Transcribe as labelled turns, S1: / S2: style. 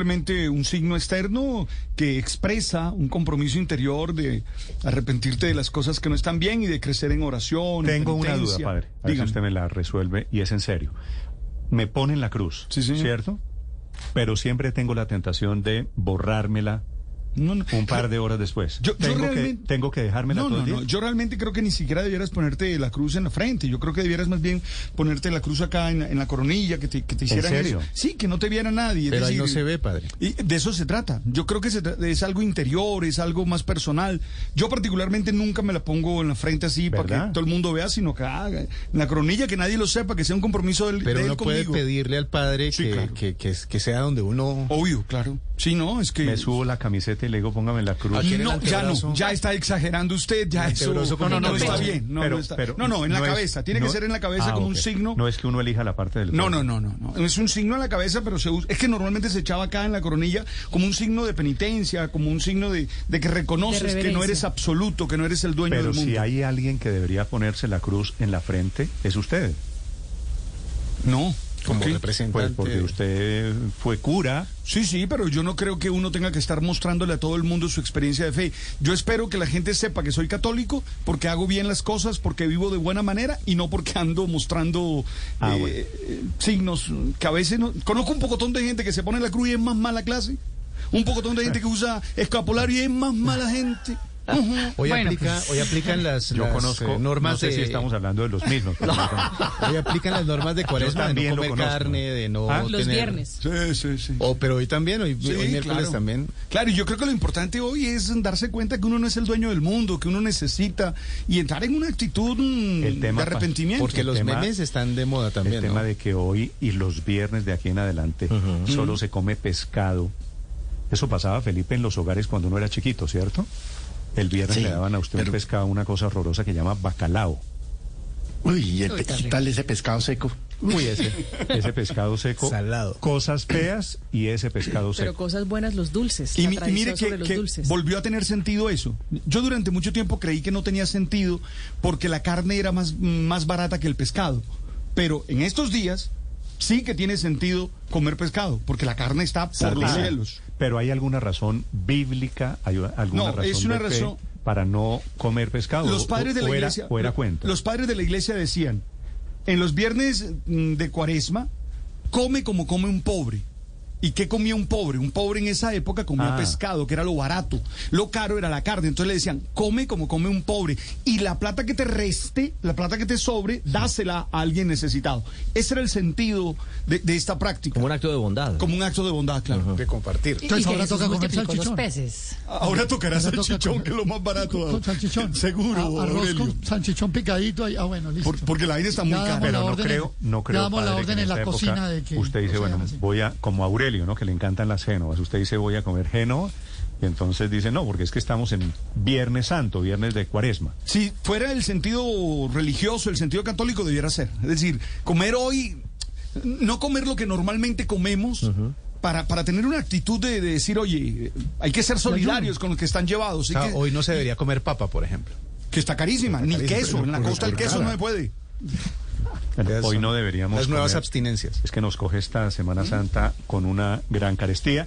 S1: Simplemente un signo externo que expresa un compromiso interior de arrepentirte de las cosas que no están bien y de crecer en oración. en
S2: Tengo una duda,
S1: penitencia.
S2: padre. A ver si
S1: Dígame.
S2: usted me la resuelve y es en serio. Me ponen la cruz,
S1: Sí, señor.
S2: ¿cierto? Pero siempre tengo la tentación de borrármela
S1: No, no.
S2: un par de horas después.
S1: Yo- yo
S2: tengo, que,
S1: realmente-
S2: tengo que dejármela
S1: No,
S2: todo
S1: no,
S2: el día.
S1: no. Yo realmente creo que ni siquiera debieras ponerte la cruz en la frente. Yo creo que debieras más bien ponerte la cruz acá en, en la coronilla, que te, que te
S2: ¿En
S1: hicieran.
S2: serio?
S1: eso. Sí, que no te viera nadie. es
S3: Pero ahí
S1: decir,
S3: no se ve, padre.
S1: Y de eso se trata. Yo creo que se tra- es algo interior, es algo más personal. Yo particularmente nunca me la pongo en la frente así para
S2: ¿Verdad?
S1: que todo el mundo vea, sino que haga en la coronilla, que nadie lo sepa, que sea un compromiso del,
S3: Pero
S1: de él
S3: uno puede
S1: conmigo.
S3: pedirle al padre
S1: Sí,
S3: que,
S1: claro.
S3: que, que, que sea donde uno...
S1: Obvio, claro. Sí, no, es que...
S2: Me subo la camiseta y le digo, póngame la cruz.
S3: Aquí en el
S1: No, ya no,
S3: antebrazo.
S1: ya está exagerando usted, ya
S3: El
S1: eso
S3: antebrazo
S1: no,
S3: como
S1: no,
S3: un
S1: no está
S3: antebrazo.
S1: bien, no,
S2: Pero-
S1: no está.
S2: pero
S1: no, no, en la
S2: es-
S1: cabeza, tiene
S2: no-
S1: que ser en la cabeza
S2: Ah,
S1: como un
S2: ok.
S1: signo.
S2: No es que uno elija la parte del
S1: No,
S2: cuerpo.
S1: no, no, no, no. Es un signo en la cabeza, pero se usa. Es que normalmente se echaba acá en la coronilla como un signo de penitencia, como un signo de, de que reconoces que no
S4: reverencia.
S1: eres absoluto, que no eres el dueño
S2: Pero
S1: del mundo.
S2: si hay alguien que debería ponerse la cruz en la frente, es usted.
S1: No. ¿por
S3: Como
S1: qué?
S3: representante.
S2: Pues porque usted fue cura.
S1: Sí, sí, pero yo no creo que uno tenga que estar mostrándole a todo el mundo su experiencia de fe. Yo espero que la gente sepa que soy católico porque hago bien las cosas, porque vivo de buena manera y no porque ando mostrando
S2: Ah,
S1: eh,
S2: bueno.
S1: eh, signos que a veces no... Conozco un pocotón de gente que se pone la cruz y es más mala clase. Un pocotón de gente que usa escapulario y es más mala gente. Ujú.
S3: Hoy,
S4: Bueno.
S3: aplica, hoy aplican las,
S2: Yo
S3: las,
S2: conozco.
S3: eh, normas
S2: no sé
S3: de...
S2: si estamos hablando de los mismos. pero bueno.
S3: Hoy aplican las normas de cuaresma, de
S2: también
S3: no
S2: lo
S3: comer
S2: conozco.
S3: carne, de no
S2: Ah.
S4: Los
S3: tener...
S4: viernes.
S1: Sí, sí, sí.
S3: Oh, pero hoy también, hoy,
S1: Sí,
S3: hoy miércoles
S1: claro.
S3: también.
S1: Claro, y yo creo que lo importante hoy es darse cuenta que uno no es el dueño del mundo, que uno necesita y entrar en una actitud mm,
S2: El tema,
S1: de arrepentimiento.
S3: Porque
S2: El
S3: los
S2: tema-
S3: memes están de moda también,
S2: el tema
S3: ¿no?
S2: de que hoy y los viernes de aquí en adelante Mm.
S3: Ujú.
S2: solo se come pescado. Eso pasaba, Felipe, en los hogares cuando uno era chiquito, ¿cierto? El viernes
S5: Sí,
S2: le daban a usted un
S5: pero-
S2: pescado, una cosa horrorosa que llama bacalao.
S5: Uy, y el
S4: Uy,
S5: pe-
S4: tan
S5: ¿qué
S4: rico.
S5: tal ese pescado seco?
S3: Uy, ese.
S2: Ese pescado seco,
S3: Salado.
S2: cosas feas y ese pescado
S4: Pero
S2: seco.
S4: cosas buenas los dulces.
S1: Y,
S4: la
S1: mi- y
S4: tradición
S1: mire que,
S4: sobre los
S1: que
S4: dulces.
S1: volvió a tener sentido eso. Yo durante mucho tiempo creí que no tenía sentido porque la carne era más, más barata que el pescado. Pero en estos días sí que tiene sentido comer pescado porque la carne está por los
S2: Sardina.
S1: cielos.
S2: Pero hay alguna razón bíblica, hay alguna
S1: No,
S2: razón,
S1: es una
S2: de fe
S1: razón-
S2: para no comer pescado.
S1: Los
S2: Ah, o-
S1: padres de la
S2: o era-
S1: iglesia.
S2: o era cuento.
S1: Los padres de la iglesia decían, en los viernes mm, de Cuaresma, come como come un pobre. ¿Y qué comía un pobre? Un pobre en esa época comía
S2: Ah.
S1: pescado, que era lo barato. Lo caro era la carne. Entonces le decían, come como come un pobre. Y la plata que te reste, la plata que te sobre, dásela a alguien necesitado. Ese era el sentido de, de esta práctica.
S6: Como un acto de bondad.
S1: Como un acto de bondad, claro.
S3: De compartir.
S7: Entonces ahora toca comer
S4: los
S7: salchichón.
S4: peces.
S1: Ahora tocarás
S7: Ahora
S1: el
S7: toca
S1: chichón,
S7: con-
S1: que es lo más barato.
S7: Con salchichón.
S1: Seguro,
S7: A- arroz
S1: Aurelio.
S7: con salchichón picadito. ahí- Ah, bueno, listo.
S1: Por- porque la aire está muy
S7: Ya
S1: cara.
S7: damos
S2: Pero
S7: la
S2: no
S7: orden
S2: creo,
S7: en-
S2: no creo,
S7: damos la
S2: padre, que
S7: orden en
S2: esta
S7: la
S2: época
S7: cocina de que
S2: usted dice,
S7: lo
S2: bueno,
S7: sean así.
S2: voy a, como Aurelio, ¿no? Que le encantan las génovas. Usted dice, voy a comer génova. Y entonces dice, no, porque es que estamos en Viernes Santo, Viernes de Cuaresma.
S1: Si fuera el sentido religioso, el sentido católico debiera ser. Es decir, comer hoy, no comer lo que normalmente comemos. Para, para tener una actitud de, de decir, oye, hay que ser solidarios con los que están llevados. y
S3: O sea,
S1: que,
S3: hoy no se debería comer papa, por ejemplo.
S1: que está carísima, ni
S3: carísima,
S1: queso.
S3: pero
S1: En la
S3: por-
S1: costa el
S3: por
S1: queso
S3: cara.
S1: no se puede.
S2: Bueno,
S3: Eso.
S2: hoy no deberíamos.
S3: Las nuevas
S2: comer.
S3: abstinencias.
S7: ¿Mm?
S2: Es que nos coge esta Semana Santa con una gran carestía.